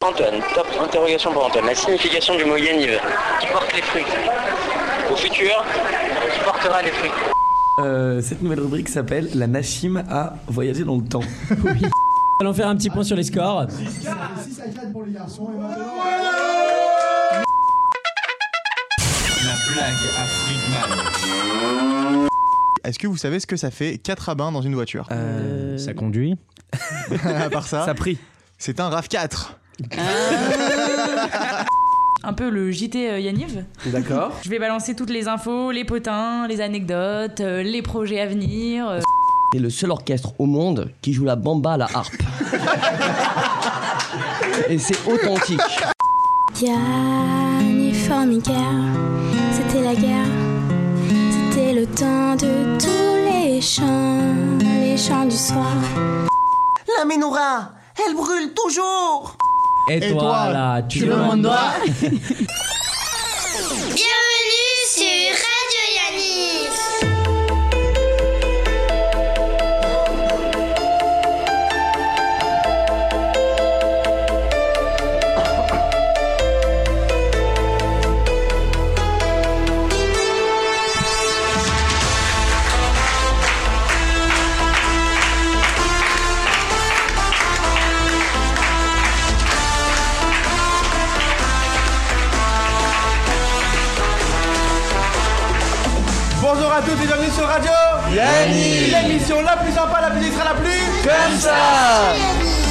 Anton, top interrogation pour Anton. La signification du mot Yaniv, qui porte les fruits. Au futur, qui portera les fruits. Euh, cette nouvelle rubrique s'appelle La Nashim a voyagé dans le temps. Allons faire un petit point sur les scores. 6 à 4 pour les garçons. Et maintenant, Est-ce que vous savez ce que ça fait 4 rabins dans une voiture Euh, Ça conduit. À part ça, ça prie. c'est un RAV4. Un peu le JT euh, Yaniv. D'accord. Je vais balancer toutes les infos, les potins, les anecdotes, euh, les projets à venir. euh. C'est le seul orchestre au monde qui joue la bamba à la harpe. Et c'est authentique. Californicaire, c'était la guerre. C'était le temps de tous les chants, les chants du soir. La menorah, elle brûle toujours Et, Et toi, toi, là, tu le demandes mandois. Bienvenue sur Radio Yanis. Bonjour à tous et bienvenue sur Radio Yanni L'émission la plus sympa, la plus extra, la plus comme ça Radio Yanis,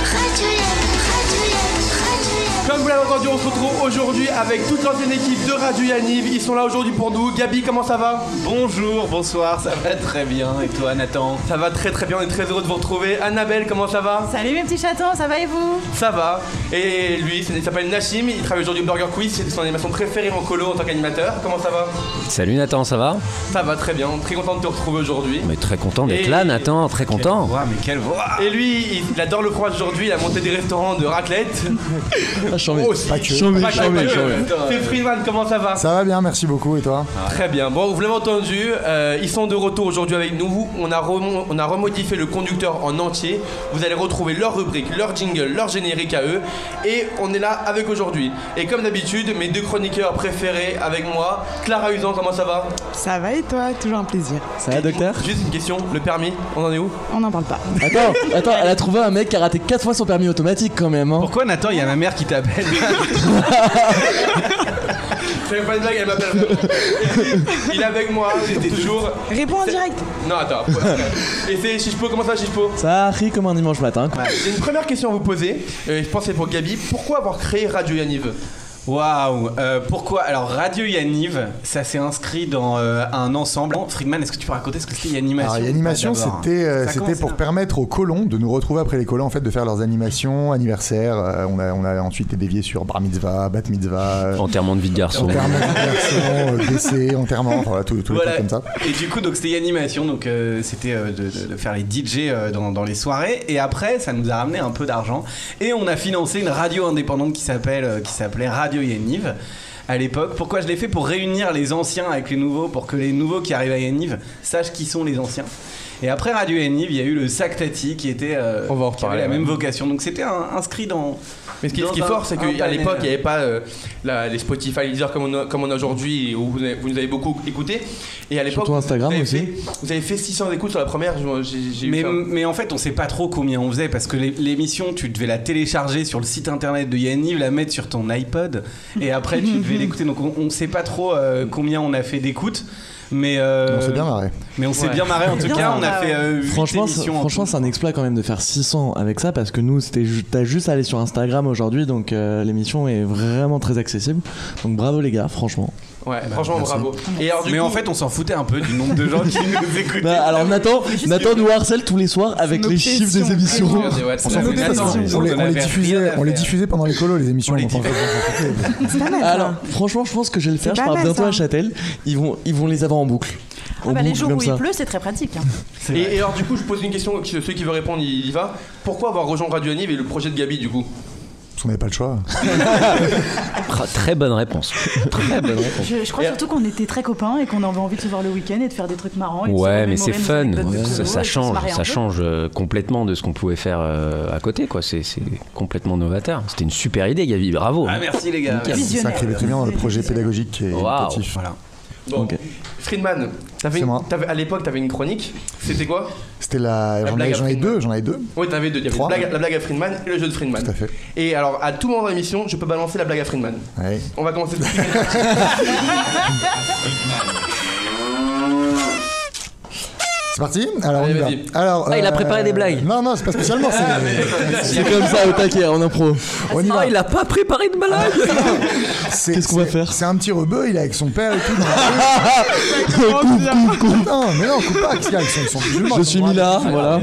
Radio Yanis, Radio Yanis. Comme vous l'avez entendu, on se retrouve aujourd'hui avec toute l'ancienne équipe de Radio Yaniv. Ils sont là aujourd'hui pour nous. Gabi, comment ça va Bonjour, bonsoir, ça va très bien. Et toi, Nathan Ça va très très bien, on est très heureux de vous retrouver. Annabelle, comment ça va Salut mes petits chatons, ça va et vous Ça va. Et lui, il s'appelle Nashim, il travaille aujourd'hui au Burger Quiz, c'est son animation préférée en colo en tant qu'animateur. Comment ça va Salut Nathan, ça va Ça va très bien, très content de te retrouver aujourd'hui. Mais très content d'être Et- là Nathan, très content. mais quelle voix Et lui, il- il adore le fromage aujourd'hui, il a monté des restaurants de raclette. Ah, Aussi. Pas que. Pas que- pas que- C'est Freeman, comment ça va Ça va bien, merci beaucoup, et toi Très bien. Bon, vous l'avez entendu, euh, ils sont de retour aujourd'hui avec nous. On a, remo- on a remodifié le conducteur en entier. Vous allez retrouver leur rubrique, leur jingle, leur générique à eux. Et on est là avec aujourd'hui. Et comme d'habitude, mes deux chroniqueurs préférés avec moi, Clara Usan, comment ça va Ça va et toi Toujours un plaisir. Eh, Ça va, docteur Juste une question, le permis, on en est où On n'en parle pas. Attends, attends, elle a trouvé un mec qui a raté 4 fois son permis automatique quand même. Hein. Pourquoi Nathan, il y a ma mère qui t'appelle C'est pas une blague, elle m'appelle. vraiment. Il est avec moi, toujours. Réponds en direct Non, attends. Et c'est Chichpo, comment ça, Chichpo Ça rit comme un dimanche matin. quoi. J'ai une première question à vous poser. Euh, je pense que c'est pour Gabi. Pourquoi avoir créé Radio Yaniv Waouh, euh, pourquoi Alors Radio Yaniv, ça s'est inscrit dans euh, un ensemble. Friedman, est-ce que tu peux raconter ce que c'était Yanimation Ah, Alors, l'animation, D'abord. c'était euh, Ça a c'était commencé pour là. permettre aux colons de nous retrouver après les colons, en fait, de faire leurs animations, anniversaires. Euh, on, a, on a ensuite été dévié sur bar mitzvah, bat mitzvah, euh, Enterrement de vie de garçon. enterrement de garçon, euh, décès, enterrement, enfin, voilà, tous tous les Voilà. trucs comme ça. Et du coup, donc c'était Yanimation, donc euh, c'était euh, de, de- de faire les DJ euh, dans, dans les soirées. Et après, ça nous a ramené un peu d'argent et on a financé une radio indépendante qui s'appelle euh, qui s'appelait Radio Yaniv à l'époque. Pourquoi je l'ai fait pour réunir les anciens avec les nouveaux, pour que les nouveaux qui arrivent à Yaniv sachent qui sont les anciens. Et après Radio Yaniv, il y a eu le Sac Tati qui était euh, On va en qui avait reparler, la même ouais. vocation. Donc c'était un- inscrit dans Mais ce qui, ce qui est Dans un- fort, c'est un qu'à panel. l'époque, il n'y avait pas euh, la- les Spotify, Deezer comme on a, comme on a aujourd'hui, où vous, avez- vous nous avez beaucoup écouté. Et à l'époque, Surtout Instagram vous avez aussi. fait- vous avez fait 600 écoutes sur la première. je- j'ai- j'ai eu Mais, ça. mais en fait, on sait pas trop combien on faisait parce que l'é- l'émission, tu devais la télécharger sur le site internet de Yanniv, la mettre sur ton iPod et après tu devais l'écouter. Donc on, on sait pas trop euh, combien on a fait d'écoutes. Mais, euh, On s'est bien marré. mais on s'est bien marré en tout Non, cas. On a bah, fait euh, huit Franchement, c'est- émissions en franchement tout. c'est un exploit quand même de faire 600 avec ça parce que nous, c'était ju- t'as juste à aller sur Instagram aujourd'hui donc euh, l'émission est vraiment très accessible. Donc bravo les gars, franchement. Bah, Ouais, franchement, merci. bravo. Et alors, du Mais coup, en fait, on s'en foutait un peu du nombre de gens qui nous écoutaient. Bah, alors Nathan, Nathan nous harcèle tous les soirs avec Une les chiffres des obsession, émissions. Ouais, ouais, On c'est s'en la- foutait mais parce attends, qu'on- on les, on on les avait rien diffusait, à on les faire. diffusait pendant les colos, les émissions. On les donc, en fait, on s'en foutait. C'est pas mal. Alors, ça. franchement, je pense que je vais le faire. C'est Je pas pars mal, bientôt ça. à Châtel. Ils vont, ils vont les avoir en boucle. En boucle Ah bah, les jours comme où ça. il pleut, c'est très pratique. hein. C'est vrai. Et, et alors, du coup, je pose une question. Celui qui veut répondre, il y va. Pourquoi avoir rejoint Radio Aniv et le projet de Gabi, du coup Parce Parce qu'on n'avait pas le choix. Très bonne réponse. Très bonne réponse. Je, je crois surtout qu'on était très copains et qu'on avait envie de se voir le week-end et de faire des trucs marrants. et de se Ouais, mais remémorer c'est nos fun. anecdotes Ça, de boulot ça et de se change, marrer un ça peu. change euh, complètement de ce qu'on pouvait faire euh, à côté, quoi. C'est c'est complètement novateur. C'était une super idée, Gavi. Bravo. Ah, merci, les gars. Nickel. C'est ça qui est très bien dans le projet pédagogique et Waouh. éducatif. Bon, Friedman, t'avais une- t'avais- à l'époque, t'avais une chronique. C'était quoi C'était la. J'en blague ai, à j'en ai deux, j'en ai deux. Oui, t'avais deux. Il y avait Trois. la blague- la blague à Friedman et le jeu de Friedman. Tout à fait. Et alors, à tout moment dans l'émission, je peux balancer la blague à Friedman. Ouais. On va commencer tout de suite. C'est parti Alors, on y va. Alors, Ah, il a préparé des blagues Non, non, c'est pas spécialement. c'est- C'est comme ça, au taquet, en impro. On y va. Ah, il a pas préparé de malade Qu'est-ce qu'on va faire C'est un petit rebeu, il est avec son père et tout. dans la rue. coupe, coupe, coupe Non, mais non, coupe pas, qu'est-ce qu'il y a Ils sont- ils sont musulmans, Je ils sont suis droits. mis là, voilà.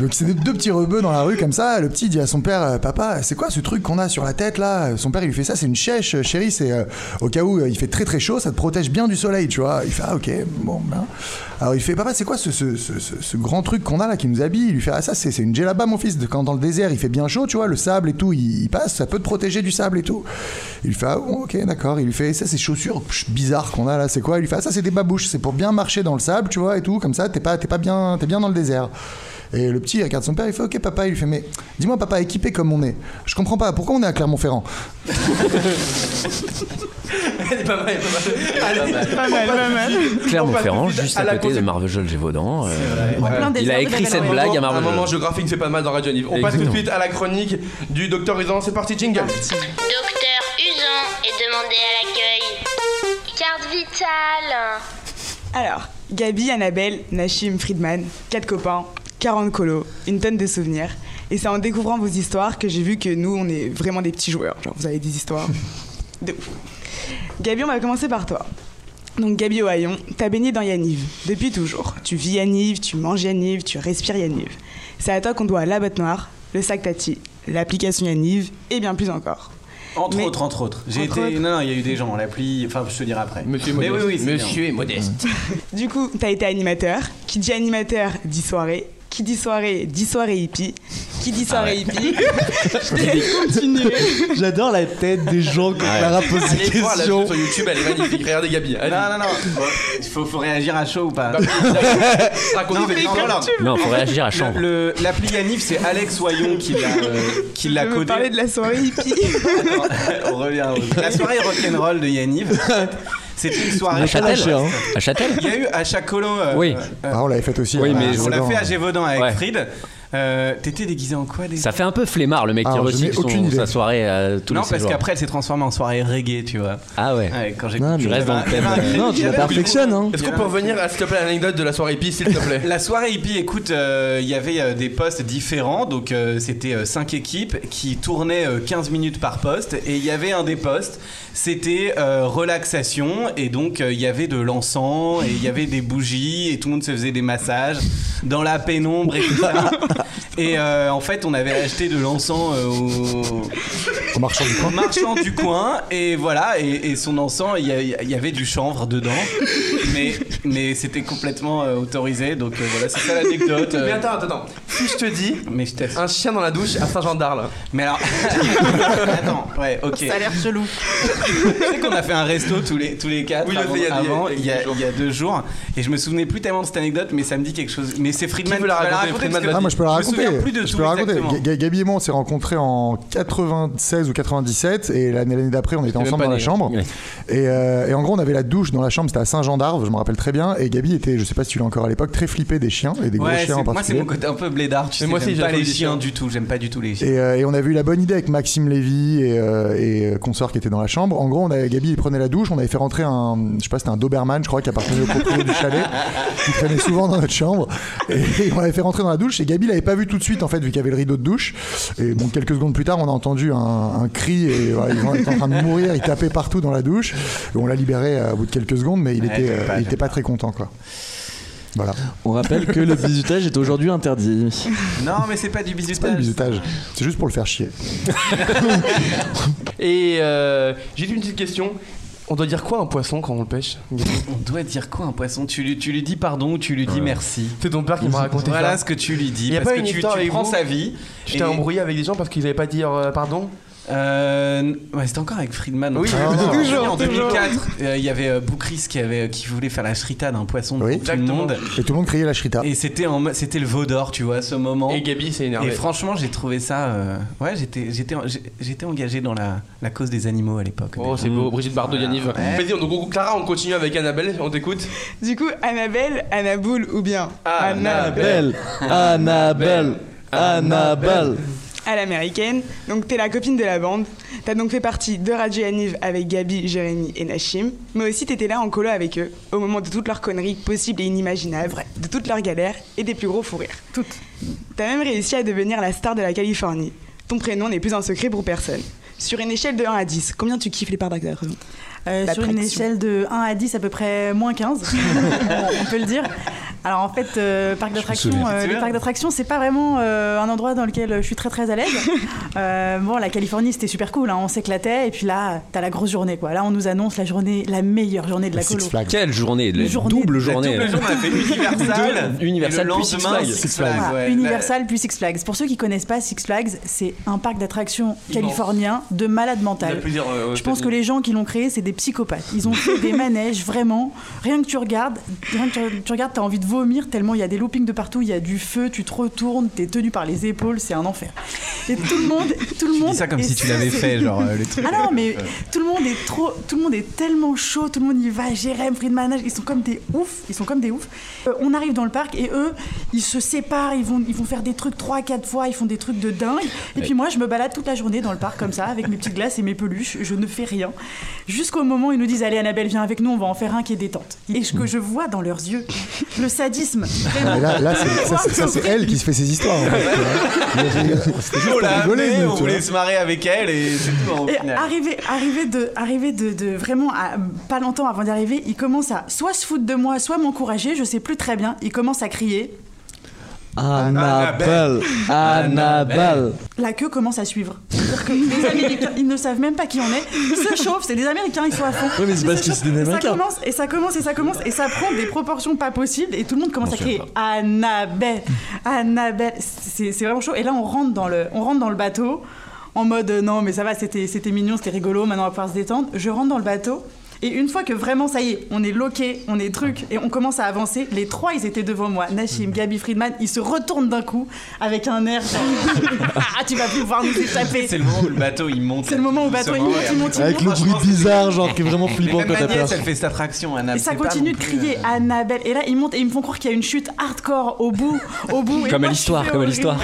Donc c'est des- deux petits rebeux dans la rue comme ça. Le petit dit à son père, euh, papa, c'est quoi ce truc qu'on a sur la tête là Son père il lui fait ça, c'est une chèche, euh, chérie. C'est euh, au cas où euh, il fait très très chaud, ça te protège bien du soleil, tu vois. Il fait ah ok, bon ben. Alors il fait papa, c'est quoi ce, ce- ce- ce- ce grand truc qu'on a là qui nous habille Il lui fait ah ça c'est c'est une djellaba mon fils. Quand dans le désert il fait bien chaud, tu vois, le sable et tout, il, il passe, ça peut te protéger du sable et tout. Il lui fait ah bon, ok d'accord. Il lui fait ça c'est chaussures pch, bizarres qu'on a là, c'est quoi Il lui fait ah ça c'est des babouches, c'est pour bien marcher dans le sable, tu vois et tout. Comme ça t'es pas t'es pas bien t'es bien dans le désert. Et le petit, il regarde son père, il fait Ok, papa, il lui fait Mais dis-moi, papa, équipé comme on est, je comprends pas, pourquoi on est à Clermont-Ferrand Elle est pas mal, elle est pas mal. Allez, Pas mal, on passe pas mal. tout de suite- on passe Clermont-Ferrand, tout de suite juste à la côté de conse- Marvejol-Gévaudan. euh, Ouais. Il a écrit cette blague à un Marvejol. moment géographique, c'est pas mal dans Radio Niv. On passe tout de Exactement. suite à la chronique du docteur Usan. C'est parti, jingle. Docteur Usan est demandé à l'accueil. Carte vitale. Alors, Gabi, Annabelle, Nashim, Friedman, quatre copains, 40 colos, une tonne de souvenirs. Et c'est en découvrant vos histoires que j'ai vu que nous, on est vraiment des petits joueurs. Genre, vous avez des histoires de ouf. Gabi, on va commencer par toi. Donc, Gabi Ohayon, t'as baigné dans Yaniv depuis toujours. Tu vis Yaniv, tu manges Yaniv, tu respires Yaniv. C'est à toi qu'on doit l'abattoir, le sac Tati, l'application Yaniv et bien plus encore. Entre autres, entre autres. J'ai Entre été. Non, non, il y a eu des gens, la pluie. Enfin, je te dirai après. Monsieur Mais modeste. oui, oui, c'est Monsieur bien. est modeste. Du coup, t'as été animateur. Qui dit animateur dit soirée. Qui dit soirée dit soirée hippie. Qui dit soirée hippie Je te laisse continuer. J'adore la tête des gens quand Clara pose ces Allez voir la questions. vidéo sur YouTube, elle est magnifique. Regardez Gabi. Allez. Bah, Non, non, non. Bon, Il faut, faut réagir à chaud ou pas Raconte- Non, mais Non, non, non. Non, faut réagir à Le- chambre. le- L'appli Yanif, c'est Alex Soyon qui l'a euh, qui l'a Je veux codé. parler de la soirée hippie. On revient. au- La soirée rock'n'roll de Yanniv. C'était une soirée À Châtel. À Châtel. Il y a eu à Chacolo. Oui. Ah, on l'avait fait aussi. Oui, euh, mais à on l'a Gévaudan. fait à Gévaudan avec Ouais. Fried. Euh, T'étais déguisé en quoi déjà Ça fait un peu flemmard le mec qui Alors, je n'ai recycle son- aucune idée. sa soirée euh, tous non, les six parce jours. qu'après, elle s'est transformée en soirée reggae, tu vois. Ah ouais. quand j'ai Non, mais tu restes dans le thème. Non, tu la perfectionnes, hein. Est-ce qu'on peut revenir à s'il te plaît à l'anecdote de la soirée hippie, s'il te plaît La soirée hippie, écoute, euh, il y avait euh, des postes différents, donc euh, c'était 5 équipes qui tournaient euh, 15 minutes par poste, et il y avait un des postes, c'était euh, relaxation, et donc euh, il y avait de l'encens, et il y avait des bougies, et tout le monde se faisait des massages dans la pénombre et tout ça. Et euh, en fait, on avait acheté de l'encens euh, au... marchand du coin. marchand du coin, et voilà, et, et son encens, il y, a- il y avait du chanvre dedans, mais, mais c'était complètement euh, autorisé, donc euh, voilà, c'est ça l'anecdote. euh. Mais attends, attends, attends. Si je te dis, Ah. mais je un chien dans la douche à Saint-Jean-d'Arles. Mais alors, attends, ouais, ok. Ça a l'air chelou. Tu sais qu'on a fait un resto tous les, tous les quatre Oui, le avant, fait, il y a- il y a- avant, il y a il y, a- quelques il y a deux jours, et je me souvenais plus tellement de cette anecdote, mais ça me dit quelque chose. Mais c'est Friedman veut la va raconter, parce Friedman, que vas-y. Ah, moi je peux la me souviens raconter. plus de je tout peux la raconter. exactement. Ga- Ga- Gabi et moi on s'est rencontrés en 96 ou 97 et l'année l'année d'après on était même ensemble pas dans la hein. né. chambre. Et, euh, et en gros on avait la douche dans la chambre, c'était à Saint-Jean d'Arve, je me rappelle très bien. Et Gabi était, je sais pas si tu l'as encore à l'époque, très flippé des chiens et des gros Ouais, chiens en c'est- moi c'est particulier. mon côté un peu blédard, tu Mais sais, moi moi, aussi, j'aime j'ai pas la les condition. chiens du tout, j'aime pas du tout les chiens. Et, euh, et on a vu la bonne idée avec Maxime Lévy et, euh, et, euh, consort qui était dans la chambre. En gros, on avait, Gabi il prenait la douche, on avait fait rentrer un, je sais pas, c'était un Doberman, je crois, qui appartenait au propriétaire du chalet, qui traînait souvent dans notre chambre. Et, on l'avait fait rentrer dans la douche. Et Gabi l'avait pas vu tout de suite en fait, vu qu'il y avait le rideau de douche. Et bon, quelques secondes plus tard, on a entendu un, un cri et voilà, il était en train de mourir, il tapait partout dans la douche. Et on l'a libéré euh, au bout de quelques secondes, mais il Ouais, était, j'aime euh, pas, il j'aime était pas très content quoi. Voilà. On rappelle que le bisutage est aujourd'hui interdit. Non, mais c'est pas du C'est pas du bisutage. bisutage, c'est juste pour le faire chier. Et euh, j'ai une petite question. On doit dire quoi à un poisson quand on le pêche On doit dire quoi à un poisson tu lui, tu lui dis pardon ou tu lui dis merci C'est ton père qui m'a raconté ça. voilà ce que tu lui dis. Il y a parce pas que une tu, histoire tu avec prends vous sa vie. Tu et- t'es embrouillé avec des gens parce qu'ils avaient pas dit euh, pardon Euh, ouais, c'était encore avec Friedman. Oui, Ah, toujours, En toujours. 2004, euh, il y avait euh, Boukris qui, avait, qui voulait faire la shrita d'un poisson pour tout le monde. Et tout le monde criait la shrita. Et c'était en mo- c'était le veau d'or, tu vois, ce moment. Et Gabi s'est énervé. Et franchement, j'ai trouvé ça. euh, ouais, j'étais j'étais en- j'ai- j'étais engagé dans la, la cause des animaux à l'époque. Oh, c'est beau, Brigitte Bardot, Yaniv. Ouais. Vas-y, donc, on- Clara, on continue avec Annabelle, on t'écoute. Du coup, Annabelle, Annaboule ou bien Ah, Annabelle. Annabelle, Annabelle. à l'américaine. Donc t'es la copine de la bande. T'as donc fait partie de Radio Yaniv avec Gabi, Jérémy et Nashim. Mais aussi t'étais là en colo avec eux au moment de toutes leurs conneries possibles et inimaginables, de toutes leurs galères et des plus gros fous rires. Toutes. T'as même réussi à devenir la star de la Californie. Ton prénom n'est plus un secret pour personne. Sur une échelle de 1 à 10, combien tu kiffes les parts d'acteur Euh, sur une échelle de 1 à 10, à peu près moins 15, on peut le dire. Alors en fait, euh, parc d'attractions, souviens. euh, Tu te le souviens parc d'attractions, c'est pas vraiment euh, un endroit dans lequel je suis très très à l'aise. Euh, bon, la Californie, c'était super cool, hein, on s'éclatait, et puis là, t'as la grosse journée, quoi. Là, on nous annonce la journée, la meilleure journée de la colo. Quelle journée, la Journée. double journée. La double journée, on a fait Universal, Deux- Universal et le plus Six lendemain, Flags. Six Flags, Voilà, ouais. Universal plus Six Flags. Pour ceux qui connaissent pas Six Flags, c'est un parc d'attractions Immense. californien de malade mental. Il y en a plusieurs, euh, aux Je pense que États-Unis. les gens qui l'ont créé, c'est des psychopathes. Ils ont fait des manèges vraiment. Rien que tu regardes, rien que tu- tu regardes, t'as envie de vomir tellement il y a des loopings de partout, il y a du feu, tu te retournes, t'es tenu par les épaules, c'est un enfer. Et tout le monde, tout le monde. ça comme et si tu l'avais c'est- fait, genre, euh, le truc. Ah non, mais Ouais. tout le monde est trop, tout le monde est tellement chaud, tout le monde y va. Jérém, Friedman, ils sont comme des oufs, ils sont comme des oufs. Euh, on arrive dans le parc et eux, ils se séparent, ils vont, ils vont faire des trucs trois, quatre fois, ils font des trucs de dingue. Et Ouais. puis moi, je me balade toute la journée dans le parc comme ça, avec mes petites glaces et mes peluches, je ne fais rien, jusqu'au moment où ils nous disent allez Annabelle, viens avec nous, on va en faire un qui est détente. Et ce que je vois dans leurs yeux, le sadisme. Mais là, là, c'est- ça, Voir c'est- ça, c'est elle qui se fait ses histoires. en fait, tu vois. C'était juste On pour Oh l'a rigoler, amenée, nous, on tu voulait vois. se marrer avec elle et c'est tout. hein, au Et final. arrivé, arrivé de, arrivé de, de- vraiment à pas longtemps avant d'y arriver, il commence à soit se foutre de moi, soit m'encourager, je sais plus très bien. Il commence à crier. Annabelle, Annabelle. La queue commence à suivre. C'est-à-dire que les Américains, ils ne savent même pas qui on est. Ils se chauffent, c'est les Américains, ils sont à fond. Oui, mais c'est Ils parce se que c'est des chauffent. Et ça Américains. commence, et ça commence, et ça commence, et ça prend des proportions pas possibles, et tout le monde commence Bon, à crier c'est Annabelle, Annabelle. C'est c'est vraiment chaud. Et là, on rentre dans le, on rentre dans le bateau en mode euh, non, mais ça va, c'était c'était mignon, c'était rigolo, maintenant on va pouvoir se détendre. Je rentre dans le bateau. Et une fois que vraiment, ça y est, on est loqué, on est truc, et on commence à avancer, les trois, ils étaient devant moi. Nashim, Gabi Friedman, ils se retournent d'un coup avec un air genre, Ah, tu vas plus pouvoir nous échapper. C'est le moment où le bateau il monte. C'est le moment où le bateau, il monte, il monte, il Avec monte. le bruit bizarre, genre qui est vraiment Mais flippant même quand ma t'as nièce, peur. elle fait cette attraction, Anna. Et ça c'est pas non continue de plus, euh, crier Annabelle. Et là, ils montent et ils me font croire qu'il y a une chute hardcore au bout, au bout. Et Comme à moi, je l'histoire, fais comme à horrible. l'histoire.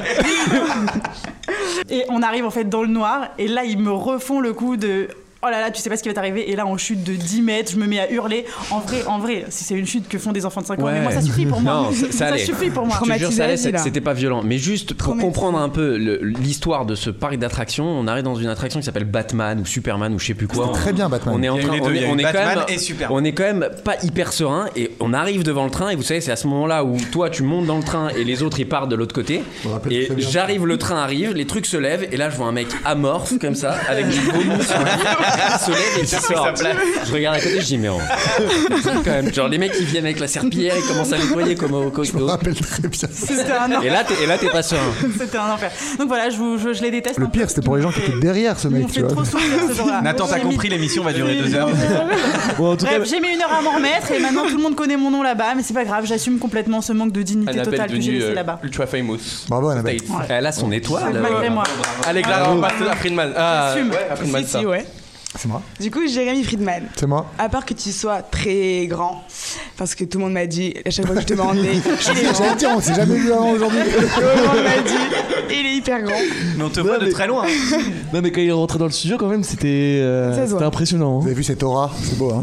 Et on arrive en fait dans le noir. Et là, ils me refont le coup de. Oh là là, tu sais pas ce qui va t'arriver. Et là, on chute de 10 mètres. Je me mets à hurler. En vrai, en vrai, si c'est une chute que font des enfants de 5 ans, mais moi, ça suffit pour moi. Non, ça, ça allait. suffit pour moi. Je te jure, ça allait, c'est- c'était Traumatisé, pas violent. Mais juste pour comprendre un peu le- l'histoire de ce parc d'attractions, on arrive dans une attraction qui s'appelle Batman ou Superman ou je sais plus quoi. C'était très bien, Batman. On est en Il y a eu train, les on deux, il y est, a eu on est quand Batman même, et Superman. on est quand même pas hyper serein et on arrive devant le train et vous savez, c'est à ce moment-là où toi tu montes dans le train et les autres ils partent de l'autre côté. Et j'arrive, le train arrive, les trucs se lèvent et là je vois un mec amorphe comme ça avec du gros mou sur la- se lève et Chacun sort. sa place. Je regarde à côté, je dis mais oh. on quand même. Genre les mecs ils viennent avec la serpillière et commencent à nettoyer comme au Je me rappelle très bien. C'était un an. Et là t'es- et là, t'es pas hein. serein. C'était un enfer. Donc voilà, je, vous- je, je les déteste. Le pire, c'était pour les gens qui étaient derrière ce Ils mec, m'ont tu fait vois. trop sourire ce jour-là. hein. Nathan, t'as J'ai mis- compris, l'émission va durer deux heures. Bon, en tout cas, Bref, j'ai mis une heure à m'en remettre et maintenant tout le monde connaît mon nom là-bas, mais c'est pas grave, j'assume complètement ce manque de dignité totale que j'ai laissé euh, là-bas. ultra famous. Bravo, Annabelle. Elle a son étoile. euh, Malgré moi. Allez, Clara, on passe à Friedman. Ah, J'assume. ouais, à Friedman, Si, ça. si, ouais. C'est moi. Du coup, Jérémy Friedman. C'est moi. À part que tu sois très grand, parce que tout le monde m'a dit, à chaque fois que je te demandais, il est J'allais grand. dire, on s'est jamais vu avant aujourd'hui. Tout le monde m'a dit, il est hyper grand. Mais on te voit de très loin. non mais quand il est rentré dans le studio quand même c'était euh, Ça se voit. c'était impressionnant. Vous avez vu cette aura, c'est beau hein.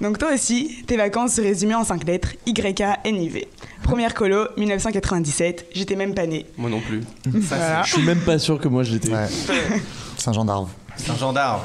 Donc toi aussi, tes vacances se résumaient en 5 lettres, YKNIV. Première colo, 1997, j'étais même pas née. Moi non plus. Voilà. Je suis même pas sûr que moi je l'étais. C'est un gendarme. C'est un gendarme.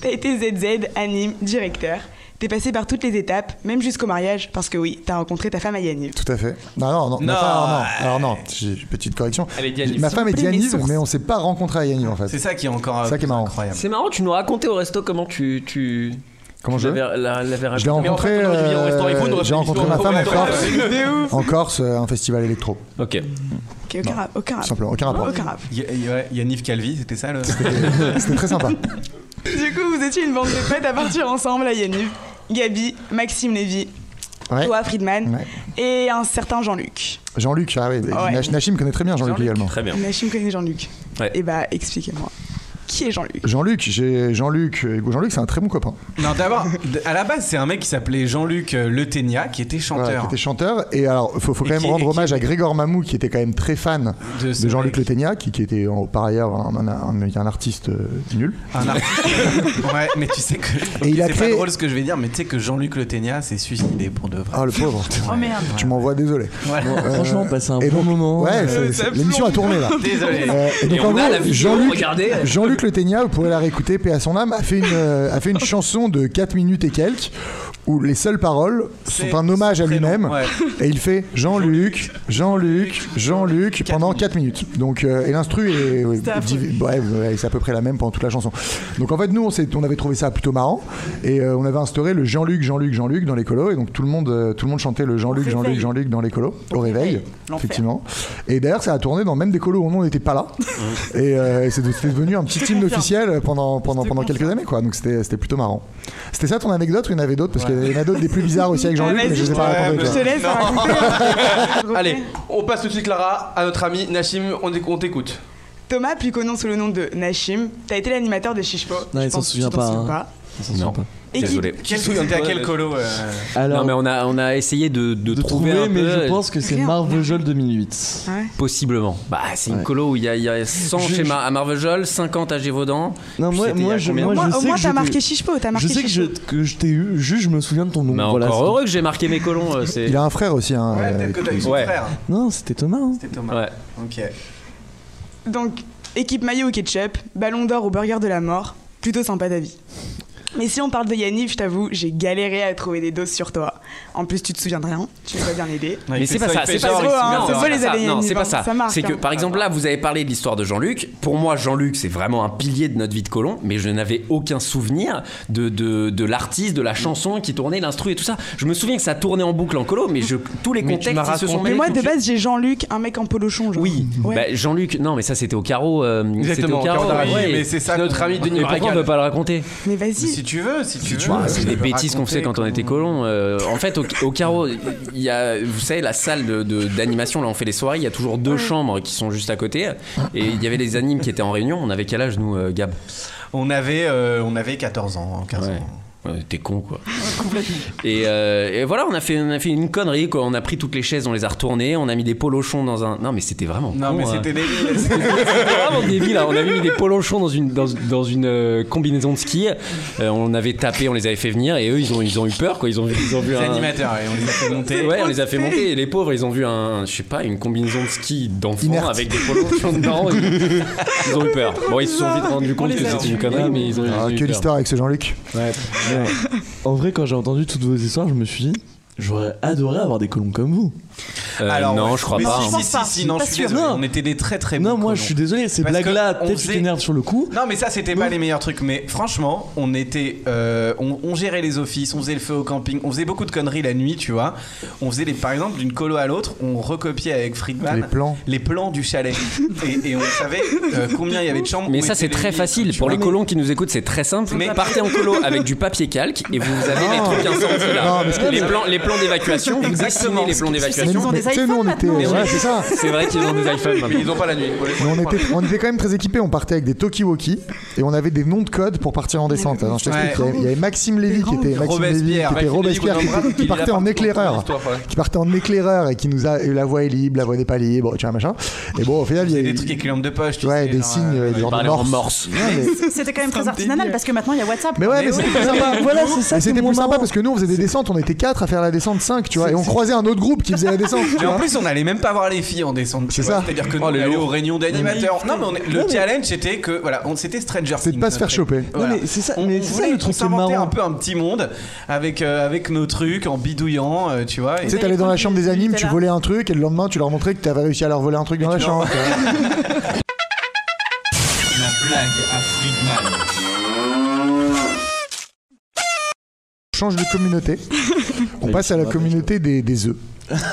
T'as été ZZ, anime, directeur. T'es passé par toutes les étapes, même jusqu'au mariage, parce que oui, t'as rencontré ta femme à Yaniv. Tout à fait. Non, non, non. Non. Ma femme, alors non, alors non, j'ai une petite correction. Elle est Dianive. Ma femme est S'il vous plaît, mes Dianive, sources. mais on s'est pas rencontré à Yaniv en fait. C'est ça qui est encore C'est ça qui est marrant. incroyable. C'est marrant, tu nous racontais au resto comment tu, tu, Comment je je l'avais- la- l'avais Je l'ai raconté. rencontré, euh, j'ai rencontré ma femme en Corse, C'est en Corse, euh, un festival électro. Ok. Ok, aucun, rap- Ah, aucun Tout rap. simplement, aucun rapport. Aucun rap. Yaniv Calvi, c'était ça le. C'était très sympa. Du coup, vous étiez une bande de potes à partir ensemble à Yanniv, Gabi, Maxime Lévy, Ouais. toi Friedman et un certain Jean-Luc. Jean-Luc, ah ouais, Nach- Nachim connaît très bien Jean-Luc également. Nashim connaît Jean-Luc. Et bah, expliquez-moi. Qui est Jean-Luc Jean-Luc, j'ai Jean-Luc, euh, Jean-Luc c'est un très bon copain. Non, d'abord, d- à la base, c'est un mec qui s'appelait Jean-Luc euh, Le Ténia, qui était Voilà, chanteur. qui était chanteur. Et alors, faut, faut quand Et même qui- et rendre qui- hommage à Grégor Mamou, qui était quand même très fan De de, ce Jean-Luc Le Ténia, qui, qui était en- par ailleurs un, un- un- un artiste euh, nul. Un artiste. ouais, mais tu sais que. Et il a c'est créé- pas drôle ce que je vais dire, mais tu sais que Jean-Luc Le Ténia s'est suicidé pour de vrai. Ah, le pauvre. Oh, merde. Tu m'envoies, désolé. Voilà. Bon, euh, Franchement, passez un et bon donc- moment. Ouais, Euh, c'est- ça c'est- l'émission a plombe. tourné là. Désolé. Euh, et donc, Et en on a gros, la vidéo, Jean-Luc, regardez. Jean-Luc Le Ténia, vous pouvez la réécouter, paix à son âme, a fait une, euh, a fait une chanson de 4 minutes et quelques où les seules paroles sont un hommage à lui-même. Et il fait Jean-Luc, Jean-Luc, Jean-Luc pendant 4 minutes. Donc, euh, et l'instru est. ouais, div- ouais, ouais, c'est à peu près la même pendant toute la chanson. Donc en fait, nous, on, s'est- on avait trouvé ça plutôt marrant et euh, on avait instauré le Jean-Luc, Jean-Luc, Jean-Luc dans les colos. Et donc tout le monde, euh, tout le monde chantait le Jean-Luc, réveil. Jean-Luc, Jean-Luc dans les colos au réveil. Effectivement. Et d'ailleurs, ça a tourné dans même des colos où on n'était pas là. et euh, et c'est de- c'était devenu un petit team officiel pendant, pendant, pendant quelques années. quoi. Donc c'était c'était plutôt marrant. C'était ça ton anecdote ou il y en avait d'autres Parce qu'il y en a d'autres des plus bizarres aussi avec Jean-Luc, Euh, Ah, mais je vas-y, ne pas ouais, raconter, mais bah, tu je vois. te laisse raconter. hein. Allez, on passe tout de suite, Clara, à notre ami Nashim. On éc- on t'écoute. Thomas, plus connu sous le nom de Nashim, t'as été l'animateur de Chiche Pop. Non, Je il s'en pense que tu souvient t'en pas. souviens hein. pas. Il s'en souvient Non. pas. Et qui- Désolé. Quel souvenir, T'es à quel colo euh Non, Alors- mais on a, on a essayé de, de, trouver, Trouvé, un mais peu, euh, je pense que c'est Marvejol 2008. Possiblement. Bah, c'est une Ouais. colo où il y a, il y a 100 Je- chez Ma- à Marvejol, 50 à Gévaudan. Non, moi, C'était il y a moi, je, combien moi, de- je Au sais moins, que t'as je marqué t'ai- Chichepo, t'as marqué Je sais que je, que je t'ai eu, juste je me souviens de ton nom. Mais voilà, encore c'est- heureux que j'ai marqué mes colons. euh, c'est- Il a un frère aussi. Hein, euh, Peut-être que Ah, t'as eu son Ouais. frère. Non, c'était Thomas. hein. C'était Thomas. Ouais. Ok. Donc, équipe maillot au ketchup, ballon d'or au burger de la mort, plutôt sympa ta vie. Mais si on parle de Yanniv, je t'avoue, j'ai galéré à trouver des doses sur toi. En plus, tu te souviens de rien, tu vas bien aider. Ah, Mais c'est pas ça, c'est pas ça. C'est beau, hein, Non, c'est beau, c'est les pas ça. années Non, c'est 2020, pas ça. marque, C'est que hein. par exemple là, vous avez parlé de l'histoire de Jean-Luc. Pour moi, Jean-Luc, c'est vraiment un pilier de notre vie de colon, mais je n'avais aucun souvenir de, de, de l'artiste, de la chanson qui tournait, l'instru et tout ça. Je me souviens que ça tournait en boucle en colo, mais je, tous les Mais contextes ils se sont Mais mêlés. moi, de base, j'ai Jean-Luc, un mec en polochon. Oui. Bah, Jean-Luc, non, mais ça c'était au carreau. euh, c'était Exactement, au carreau. Carreau, ouais. oui, mais c'est ça qu'on- Mais Mais pourquoi pourquoi on on ne peut pas le raconter Mais vas-y. Si tu veux, si tu veux. Ah, c'est je des peux bêtises qu'on raconter faisait quand on était colons. Euh, en fait, au, au carreau, il y a, vous savez, la salle de- de- d'animation, là, on fait les soirées, il y a toujours deux chambres qui sont juste à côté. Et il y avait les animes qui étaient en réunion. On avait quel âge, nous, euh, Gab On avait, euh, on avait 14 ans, 15 ans. Ouais, T'es con, quoi. Et, euh, et voilà, on a, fait, on a fait une connerie, quoi. On a pris toutes les chaises, on les a retournées, on a mis des polochons dans un. Non, mais c'était vraiment. Non, con, mais hein. c'était des. C'était vraiment débile. hein. On avait mis des polochons dans une, dans, dans une euh, combinaison de ski. Euh, on avait tapé, on les avait fait venir et eux, ils ont, ils ont eu peur. Quoi. Ils ont, vu- ils ont vu Les un... animateurs, et on les a fait monter. Ouais, on les a fait monter et les pauvres, ils ont vu un, je sais pas, une combinaison de ski d'enfants avec des polochons dedans. Ils, ils ont eu peur. Bon, ils se sont vite rendus compte que c'était une connerie, mais ils ont, ils ont Ah, eu quelle peur. histoire avec ce Jean-Luc. Ouais. En vrai, quand j'ai entendu toutes vos histoires, je me suis dit, j'aurais adoré avoir des colons comme vous. Euh, non, je crois mais pas. Si, hein. si, si, si, non, je suis désolé. On était des très très bons. Non, moi, je suis désolé, ces Parce que blagues-là, on peut-être tu faisait- t'énerves sur le coup. Non, mais ça, c'était Mmh. pas les meilleurs trucs. Mais franchement, on était. euh, on, on gérait les offices, on faisait le feu au camping, on faisait beaucoup de conneries la nuit, tu vois. On faisait, les, par exemple, d'une colo à l'autre, on recopiait avec Friedman Les plans. les plans du chalet. et, et on savait euh, combien il y avait de chambres. Mais où ça, étaient c'est les très lits, facile. tu Pour vois. les colons qui nous écoutent, c'est très simple. Mais partez en colo avec du papier calque et vous, vous avez les trucs incendies là. Ah. Non, mais c'est- les, plans, les plans d'évacuation, vous dessinez les plans d'évacuation. Mais tu sais, nous, on était- Mais ouais, oui, c'est ça. C'est vrai qu'ils ont des iPhones Mais ils maintenant. ont pas la nuit. Mais on était, on était quand même très équipés, on partait avec des Tokiwoki et on avait des noms de code pour partir en descente. Alors, je t'explique, il y Ouais. avait- il y avait Maxime Lévy qui était Maxime Robespierre. Lévy, qui était Maxime Lévy, Robespierre, qu'on qui, embrasse, était- qui il partait a en partout dans éclaireur, l'histoire, ouais. qui partait en éclaireur et qui nous a eu la voix est libre, la voix n'est pas libre, tu vois machin. Et bon, au final, il y a Des trucs avec les lampes de poche, tu ouais, sais, des genre, signes, euh, des genres de morse. Ouais, mais- C'était quand même très artisanal parce que maintenant il y a WhatsApp. Mais ouais, mais c'était plus sympa. Voilà, c'est ça. Mais c'était plus sympa parce que nous, on faisait des descentes, on était quatre à faire la descente 5, tu vois, et on croisait un autre groupe qui faisait la descente. tu Mais en vois. plus, on allait même pas voir les filles en descente. tu C'est vois. ça. C'est-à-dire Oh, que nous, on allait aux réunions d'animateurs. Non, mais on est- le challenge, c'était que voilà, on c'était Stranger Things. C'est de pas se faire choper. Non, mais c'est ça- On, mais on c'est ça voulait- le on truc qui est s'inventait marrant. un peu un petit monde avec euh, avec nos trucs en bidouillant, euh, tu vois. et- Tu sais, t'allais dans la chambre des animes, tu volais un truc, et le lendemain, tu leur montrais que t'avais réussi à leur voler un truc dans la chambre. tu vois. La blague à Friedman. change de communauté. On passe à la communauté des, des œufs.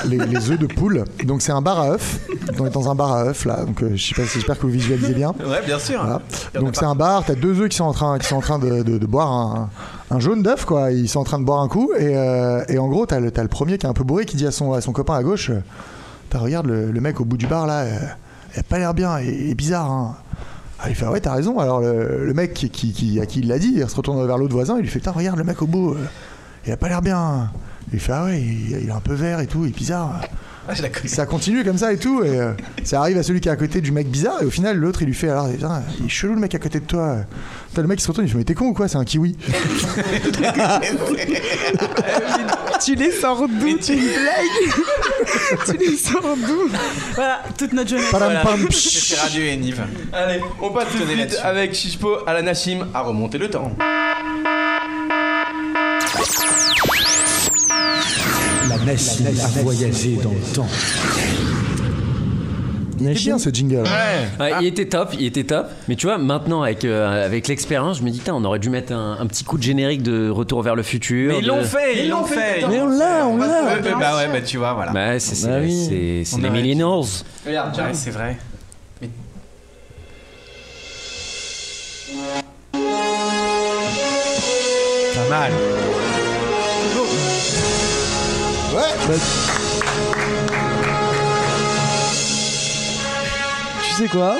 les, les œufs de poule. Donc c'est un bar à œufs. On est dans un bar à œufs là. Donc euh, je sais pas, j'espère que vous visualisez bien. Ouais, bien sûr. Ah. Voilà. Il y en a Donc c'est pas. un bar, t'as deux œufs qui sont en train, qui sont en train de, de- de boire un, un jaune d'œuf, quoi. Ils sont en train de boire un coup, et, euh, et en gros, t'as le, t'as le premier qui est un peu bourré qui dit à son, à son copain à gauche euh, Putain, Regarde le, le mec au bout du bar là, euh, il a pas l'air bien, il il est bizarre, hein. Ah, il fait Ah ouais t'as raison alors le, le mec qui, qui- qui- à qui il l'a dit il se retourne vers l'autre voisin il lui fait putain regarde le mec au bout euh, il a pas l'air bien il fait ah ouais il, il est un peu vert et tout il est bizarre Ah, ça continue comme ça et tout, et euh, ça arrive à celui qui est à côté du mec bizarre, et au final, l'autre il lui fait Alors, putain, il est chelou le mec à côté de toi. Putain, le mec il se retourne, il fait Mais t'es con ou quoi C'est un kiwi. tu les sors d'où Tu une blague Tu les sors d'où Voilà, toute notre jeunesse. Voilà. C'était Radio et Nive. Allez, on passe tout de Tenez suite là-dessus. Ah, avec Shishpo à la Nashim à remonter le temps. La Nashim a voyagé dans le temps. C'est bien ce jingle. Ouais, Il était top, il était top. Mais tu vois, maintenant, avec, euh, avec l'expérience, je me dis, Tain, on aurait dû mettre un, un petit coup de générique de Retour vers le futur. Mais ils de- l'ont fait, ils l'ont fait. Mais on l'a, on l'a. Ouais, Bah ouais, bah tu vois, voilà. Bah, c'est c'est- Bah oui. c'est- c'est On les aurait- millennials. Regarde, ouais, c'est vrai. Pas mal. Tu sais quoi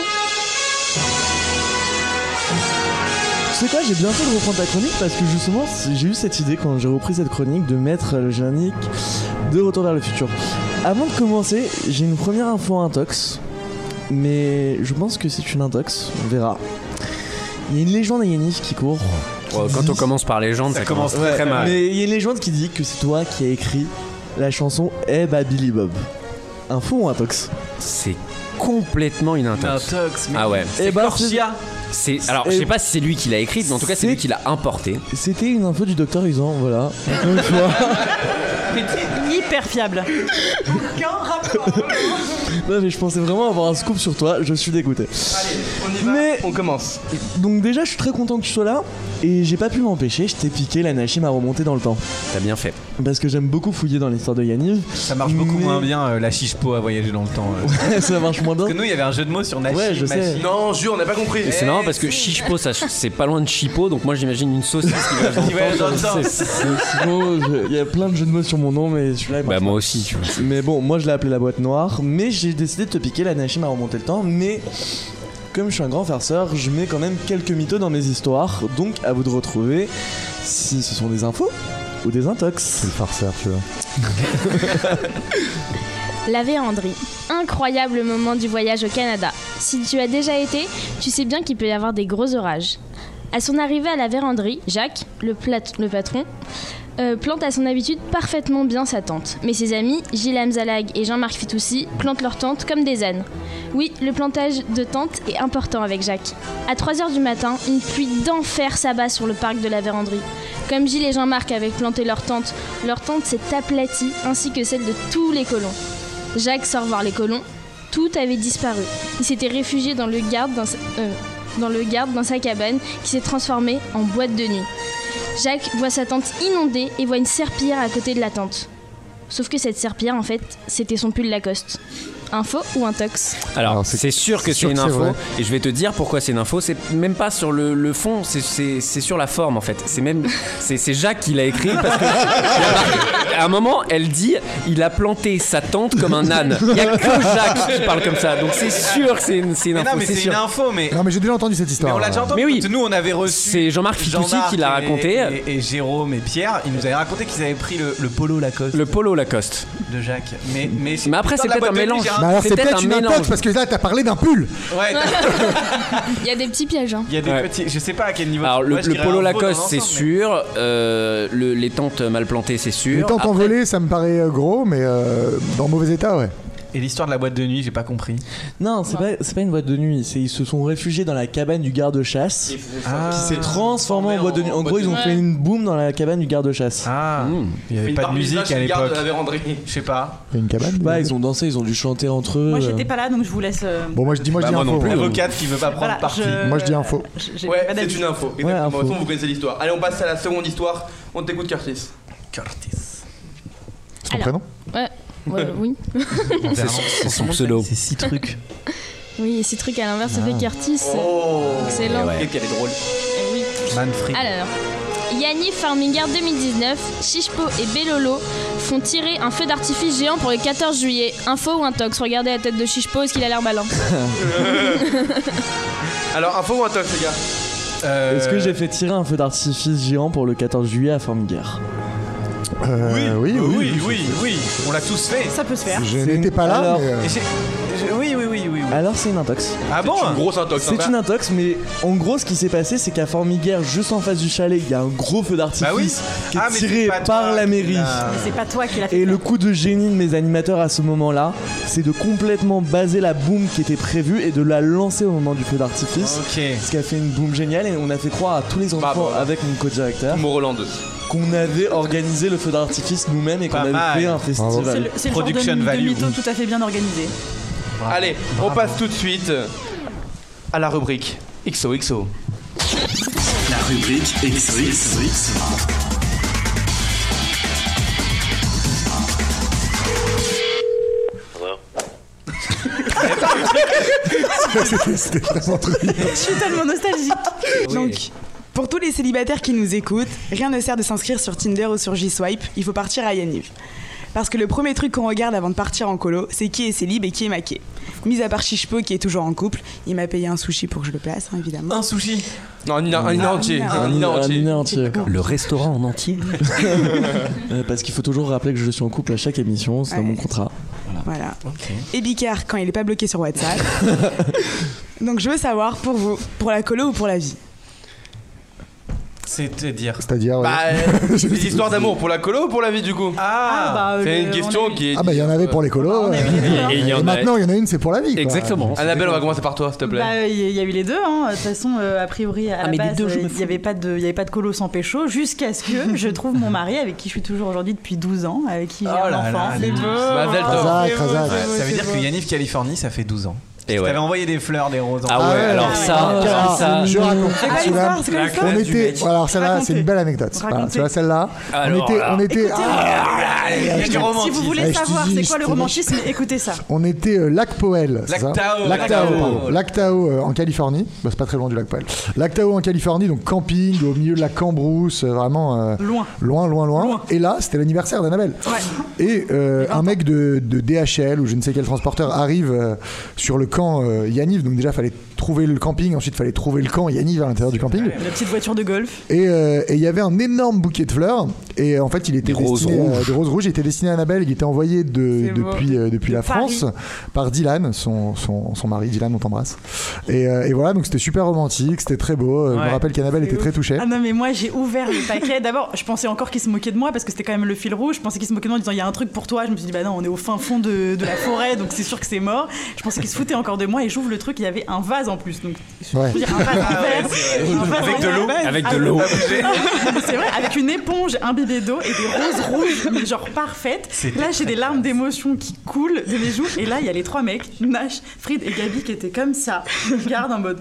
Tu sais quoi, j'ai bien fait de reprendre ta chronique parce que justement, c'est- j'ai eu cette idée quand j'ai repris cette chronique de mettre le générique de Retour vers le futur. Avant de commencer, j'ai une première info intox, mais je pense que c'est une intox, on verra. Il y a une légende à Yannick qui court. qui Ouais, quand dit- on commence par légende, ça, commence très, Ouais, très mal. Mais il y a une légende qui dit que c'est toi qui as écrit la chanson Eh bah Billy Bob. Info ou intox C'est complètement une intox. ah ouais. Eh bah, c'est- C'est alors je sais pas si c'est lui qui l'a écrite, mais en tout cas c'est lui qui l'a importée. C'était une info du docteur Usan, voilà. Encore une fois. Hyper fiable. Aucun rapport. Non mais je pensais vraiment avoir un scoop sur toi, je suis dégoûté. On y va, on commence. Donc déjà je suis très content que tu sois là et j'ai pas pu m'empêcher, je t'ai piqué l'anachim à remonter dans le temps. T'as bien fait. Parce que j'aime beaucoup fouiller dans l'histoire de Yanniv. Ça marche beaucoup moins bien euh, la chiche pot à voyager dans le temps. euh. ça marche moins bien. Parce que nous, il y avait un jeu de mots sur Nashim. Ouais, je sais. Machine. Non, jure, on n'a pas compris. Et c'est marrant parce que chichepo, ça, c'est pas loin de chipo, donc moi j'imagine une saucisse qui va dans le Qui voyage temps, dans le genre, temps. c'est- C'est- c'est beau, je- Il y a plein de jeux de mots sur mon nom, mais celui-là. Bah moi aussi, tu vois. Mais bon, moi je l'ai appelé la boîte noire, mais j'ai décidé de te piquer l'anachim à remonter le temps, mais comme je suis un grand farceur, je mets quand même quelques mythos dans mes histoires, donc à vous de retrouver si ce sont des infos ou des intox. C'est le farceur, tu vois. La véandrie. Incroyable moment du voyage au Canada. Si tu as déjà été, tu sais bien qu'il peut y avoir des gros orages. À son arrivée à la véranderie, Jacques, le, plat- le patron, euh, plante à son habitude parfaitement bien sa tente. Mais ses amis, Gilles Hamzalag et Jean-Marc Fitoussi, plantent leur tente comme des ânes. Oui, le plantage de tente est important avec Jacques. À 3h du matin, une pluie d'enfer s'abat sur le parc de la véranderie. Comme Gilles et Jean-Marc avaient planté leur tente, leur tente s'est aplatie ainsi que celle de tous les colons. Jacques sort voir les colons. Tout avait disparu. Il s'était réfugié dans le garde dans sa, euh, dans le garde dans sa cabane qui s'est transformée en boîte de nuit. Jacques voit sa tente inondée et voit une serpillière à côté de la tente. Sauf que cette serpillière, en fait, c'était son pull Lacoste. Info ou un tox Alors, c'est sûr que c'est c'est sûr une que c'est info vrai. et je vais te dire pourquoi c'est une info. C'est même pas sur le, le fond, c'est- c'est c'est sur la forme en fait. C'est même c'est c'est Jacques qui l'a écrit parce que à un moment elle dit il a planté sa tente comme un âne. Il y a que Jacques qui parle comme ça. Donc c'est sûr que c'est une, c'est une Mais info. non, mais c'est une sûr. info, mais. Non, mais j'ai déjà entendu cette histoire. Mais on l'a déjà entendu. oui. Nous, on avait reçu. C'est Jean-Marc Fitoussi Jean-Marc qui l'a et- raconté. Et, et Jérôme et Pierre, ils nous avaient raconté qu'ils avaient pris le, le polo Lacoste. Le polo Lacoste. De Jacques. Mais, mais, Mais après, Dans c'est la peut-être un boîte de nuit, mélange. j'ai Bah alors c'est peut-être une intox mélange. parce que là t'as parlé d'un pull. Ouais. Il y a des petits pièges. hein. Il y a des petits. Je sais pas à quel niveau. Bah, Alors le, Moi, je le dirais polo un veau dans Lacoste c'est l'ensemble, sûr, Euh, le- les tentes mal plantées c'est sûr. Les tentes envolées, ça me paraît euh, gros, mais euh, dans mauvais état, ouais. Et l'histoire de la boîte de nuit, j'ai pas compris. Non, c'est pas, c'est pas une boîte de nuit. C'est, ils se sont réfugiés dans la cabane du garde-chasse Ah. qui s'est transformée en boîte de nuit. Mmh. En gros, ils ont fait une boum dans la cabane du garde-chasse. Ah, il n'y avait Une pas de barbizage musique chez à le garde l'époque. de la Je sais pas. Une cabane Bah, ils ont dansé, ils ont dû chanter entre eux. euh. Moi, j'étais pas là, donc je vous laisse. euh, Bon, moi, je dis- moi, je Bah, dis moi info, non hein. plus. ouais. Avocate qui veut pas Bah, prendre Voilà, parti. je- Moi, je dis info. j'ai- Ouais, madame- c'est une info. Exactement. De toute info. façon, vous connaissez l'histoire. Allez, on passe à la seconde histoire. On t'écoute, Curtis. Curtis. C'est ton prénom Ouais, ouais, oui. C'est son- c'est son pseudo. C'est six trucs. Oui, et ces trucs à l'inverse, ça Ah. Oh. fait Curtis. Excellent. Ouais. Qu'est-ce qu'elle est drôle. Eh oui. Manfred. Alors, Yanni Farminger 2019, Chichpo et Belolo font tirer un feu d'artifice géant pour le 14 juillet. Info ou intox Regardez la tête de Chichpo, est-ce qu'il a l'air malin Alors, info ou un tox, les gars Euh, Est-ce que j'ai fait tirer un feu d'artifice géant pour le 14 juillet à Formiguer Euh, oui, oui, oui, oui, On l'a tous fait. Ça peut se faire. Je n'étais pas là, Alors- mais, euh, Et j'ai- j'ai- Oui, oui, oui, oui. oui. Alors c'est une intox. Ah bon une grosse intox, hein, C'est bah. une intox, mais en gros, ce qui s'est passé, c'est qu'à Formiguère, juste en face du chalet, il y a un gros feu d'artifice Bah oui. qui est Ah, mais c'est tiré pas par toi la qui mairie. l'as- Mais C'est pas toi qui l'a fait. Et le coup de génie de mes animateurs à ce moment-là, c'est de complètement baser la boom qui était prévue et de la lancer au moment du feu d'artifice. Ce qui a fait une boom géniale et on a fait croire à tous les enfants avec mon co-directeur Roland qu'on avait organisé le feu d'artifice nous-mêmes et qu'on avait fait un Bah, C'est festival. le, c'est le genre de, de mytho tout à fait bien organisé. Allez, on passe tout de suite à la rubrique XOXO. La rubrique XOXO. C'était c'était vraiment trop bien. Je suis tellement nostalgique. Donc, pour tous les célibataires qui nous écoutent, rien ne sert de s'inscrire sur Tinder ou sur J-Swipe, il faut partir à Yaniv. Parce que le premier truc qu'on regarde avant de partir en colo, c'est qui est célib et qui est maqué. Mis à part Chichepo qui est toujours en couple, il m'a payé un sushi pour que je le place, hein, évidemment. Ah. Un sushi Non, un ina- un ina Ah, entier. un Un ina entier. Le restaurant en entier. Euh, parce qu'il faut toujours rappeler que je suis en couple à chaque émission, c'est dans Ouais. mon contrat. Ah. Voilà. Et Bicard quand il n'est pas bloqué sur WhatsApp. Donc je veux savoir pour vous, pour la colo ou pour la vie C'est-à-dire C'est-à-dire. ouais. Bah, euh, les histoires d'amour pour la colo ou pour la vie du coup Ah, bah, euh, C'est le- une on question qui est. Ah bah il y en avait pour les colos. euh, Et il y en a- et maintenant il y en a une, c'est pour la vie. quoi. Annabelle, on va commencer par toi, s'il te plaît. Bah, il y il y a eu les deux. hein. De toute façon, euh, a priori, à Ah, la mais les base, deux, je euh, me il n'y avait pas de, il y avait pas de colo sans pécho, jusqu'à ce que je trouve mon mari, avec qui je suis toujours aujourd'hui depuis 12 ans, avec qui Oh j'ai un enfant. les beau, Bah, Mazel hein. tov. Razak, Ah, Razak. Ouais, Ça C'est veut dire beau. que Yanniv Californie, ça fait 12 ans. Et Tu ouais. t'avais envoyé des fleurs, des roses. en- Ah ouais, alors ça, Alors, ça, Ah, je raconte. C'est quoi Ah, Tu l'histoire vois, C'est quoi l'histoire on était, voilà, alors celle-là, c'est une belle anecdote. Racontez. Voilà, tu vois, celle-là, on Alors était, là. on était, ah, Allez, allez, si allez, allez, vous voulez allez, je te savoir dis, c'est je quoi le te dis. romantisme, écoutez ça. On était euh, lac Poel. c'est ça Lactao, Lactao, Lactao. pardon. Lactao, euh, en Californie. Bah, c'est pas très loin du lac Poel. Lactao en Californie, donc camping au milieu de la cambrousse, euh, vraiment. euh, Loin. Loin, loin, loin. Et là, c'était l'anniversaire d'Annabelle. Et euh, un mec de, de DHL ou je ne sais quel transporteur arrive euh, sur le camp euh, Yaniv. Donc déjà, fallait trouver le camping. Ensuite, fallait trouver le camp Yaniv à l'intérieur du camping. La petite voiture de golf. Et euh, et il y avait un énorme bouquet de fleurs. Et en fait, il était Des roses destiné, euh, rouges. des roses rouges. Il était destiné à Annabelle. Il était envoyé de, C'est beau. depuis, euh, depuis De la Paris. France par Dylan, son, son, son mari. Dylan, on t'embrasse. Et, euh, et voilà, donc c'était super romantique, c'était très beau. Euh, Je Ouais. me rappelle qu'Annabelle était très touchée. Ah non mais moi j'ai ouvert le paquet. D'abord je pensais encore qu'il se moquait de moi parce que c'était quand même le fil rouge. Je pensais qu'il se moquait de moi en disant il y a un truc pour toi. Je me suis dit bah non on est au fin fond de, de la forêt donc c'est sûr que c'est mort. Je pensais qu'il se foutait encore de moi et j'ouvre le truc il y avait un vase en plus donc je Ouais. Ah, veux dire, un vase Ah en verre, un vase Avec en de l'eau. verre. Avec de l'eau. C'est vrai avec une éponge, un bébé d'eau et des roses rouges mais genre parfaites. C'était Là j'ai des larmes d'émotion qui coulent de mes joues et là il y a les trois mecs Nash, Fried et Gabi qui étaient comme ça. Je me regarde en mode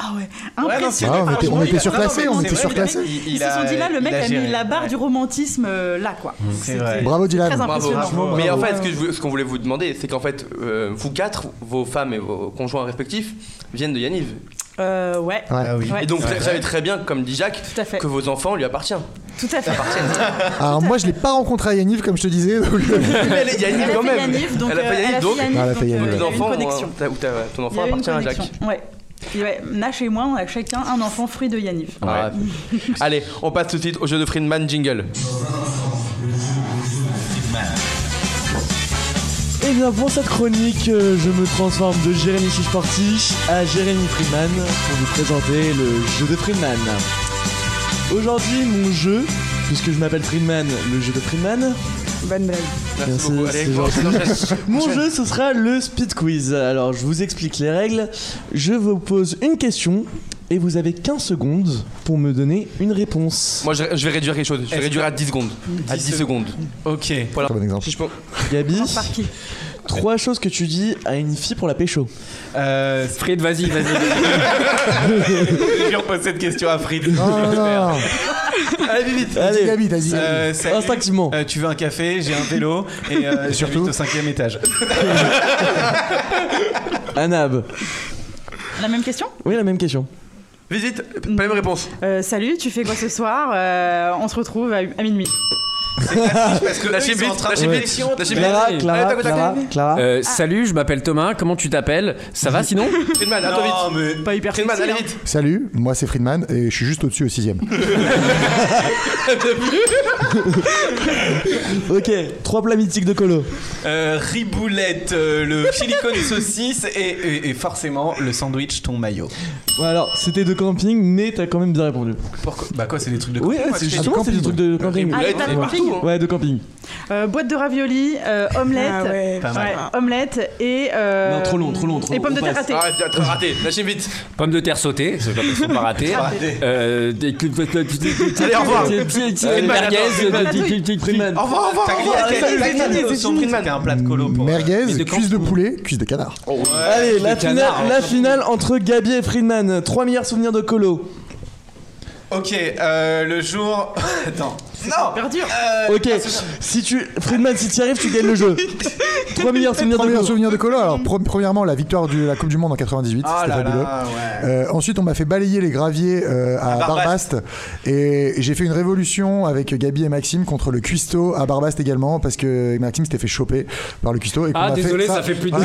ah ouais, impressionnant. Ah, on était- on était surclassés, Non, non, mais on était c'est vrai, surclassés. les mecs, Il- Ils il se a- sont dit là, le il mec a a, géré. mis la barre du romantisme euh, là, quoi. C'était Bravo, Dylan. Très Ah, impressionnant. Mais en fait, ce que je voulais- ce qu'on voulait vous demander, c'est qu'en fait, euh, vous quatre, vos femmes et vos conjoints respectifs, viennent de Yaniv. Euh, ouais. Ouais. Et donc, vous savez très bien, comme dit Jacques, à fait. que vos enfants lui appartiennent. Tout à fait. Ah, Alors moi, je l'ai pas rencontré à Yaniv, comme je te disais. donc- euh, Mais elle est Elle a Yaniv fait quand même. Yaniv, donc, elle a euh, fait elle a Yaniv, donc. fait Elle Yaniv, a fait donc, Yaniv, euh, Ton il y a une enfant, connexion. euh, ou ta- ton Il enfant y avait une appartient à connexion. Jacques. Ouais. Et ouais, Nash et moi, on a chacun un enfant fruit de Yaniv. Ah, Allez, on passe tout de suite au jeu de Friedman Jingle. Et Eh bien pour cette chronique, euh, je me transforme de Jérémy Chisporti à Jérémy Freeman pour vous présenter le jeu de Freeman. Aujourd'hui, mon jeu, Puisque je m'appelle Friedman, le jeu de Friedman. Bonne blague. Merci, beaucoup, c'est Alex. gentil. Enchaîne. Mon jeu, ce sera le speed quiz. Alors, je vous explique les règles. Je vous pose une question et vous avez 15 secondes pour me donner une réponse. Moi, je, je vais réduire quelque chose. Je vais réduire à 10 secondes. À 10 secondes. Ok. Voilà. bon exemple. Si je peux. Gabi, trois choses que tu dis à une fille pour la pécho. Fred, vas-y, vas-y. je vais reposer cette question à Fritz. non, non. Allez, vite, vite. Allez. Gabi, vas-y, Gabi. Euh, Instinctivement. tu veux un café, j'ai un vélo et euh, surtout au cinquième étage. Euh. Anab. La même question Oui, la même question. Visite, pas même réponse. Euh, salut, tu fais quoi ce soir Euh, On se retrouve à, à minuit. Parce que la chimie, la Ouais. chimie, la chimie. Ah. Euh, Salut, je m'appelle Thomas, comment tu t'appelles Ça va sinon Friedman, à toi vite. Pas hyper Friedman, allez vite. Salut, moi c'est Friedman et je suis juste au-dessus au sixième. ok, trois plats mythiques de colo. Euh, riboulette, euh, le chili con saucisse et, et- et forcément le sandwich ton maillot. Bon, alors, c'était de camping, mais t'as quand même bien répondu. Pourquoi Bah quoi, c'est des trucs de Oui, camping, ouais, moi, c'est tu sais. justement c'est des trucs de Le camping. riboulette, Ah, et t'as c'est partout, hein. Ouais, de camping. Euh, boîte de raviolis, euh, omelette, Ah ouais. Pas mal. omelette et euh, Non, trop long, trop long, trop et long, pommes on de terre passe. râtées. Ah, Arrête, t'as raté. La chimie, vite. Pomme de terre sautée, c'est pas faut pas rater. Raté. Euh, des- Allez, au revoir. Des petites Friedman, merguez, euh, des attends, Friedman. petites Friedman. Au revoir, au revoir, au revoir. Tagliatelle, Salut, tagliatelle, Friedman, sauf Friedman qui a un plat de colo pour. Merguez, cuisse de poulet, cuisse de canard. Allez, la Le finale, canard, la hein. finale entre Gabi et Friedman. Trois meilleurs souvenirs de colo. Ok, euh, le jour. Attends. Non Perdure ok, si tu. Friedman, si tu arrives, tu gagnes le jeu. Trois meilleurs souvenirs Trois de meilleurs colo. souvenirs de colo. Alors, pro- premièrement, la victoire de la Coupe du Monde en 98, Ah c'était là là, fabuleux. ouais. Euh, ensuite, on m'a fait balayer les graviers euh, à, À Barbaste. Barbaste. Et j'ai fait une révolution avec Gabi et Maxime contre le cuistot à Barbaste également, parce que Maxime s'était fait choper par le cuistot. Et qu'on Ah, a désolé, ça fait plus de 10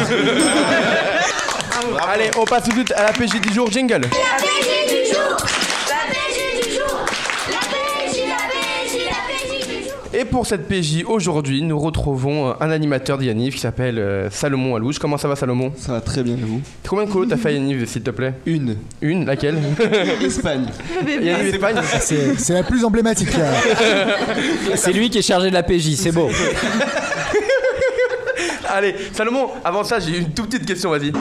Allez, on passe tout de suite à la PJ du jour, jingle. La PJ du jour La PJ du jour La PJ, la PJ, la PJ du jour Et pour cette PJ, aujourd'hui, nous retrouvons euh, un animateur d'Yaniv qui s'appelle euh, Salomon Alouche. Comment ça va, Salomon Ça va très bien, et vous Combien de colos t'as fait à Yaniv, s'il te plaît Une. Une Laquelle Espagne. Yaniv, Espagne C'est c'est la plus emblématique. là. C'est lui qui est chargé de la PJ, c'est beau. Allez, Salomon, avant ça, j'ai une toute petite question, vas-y. Vous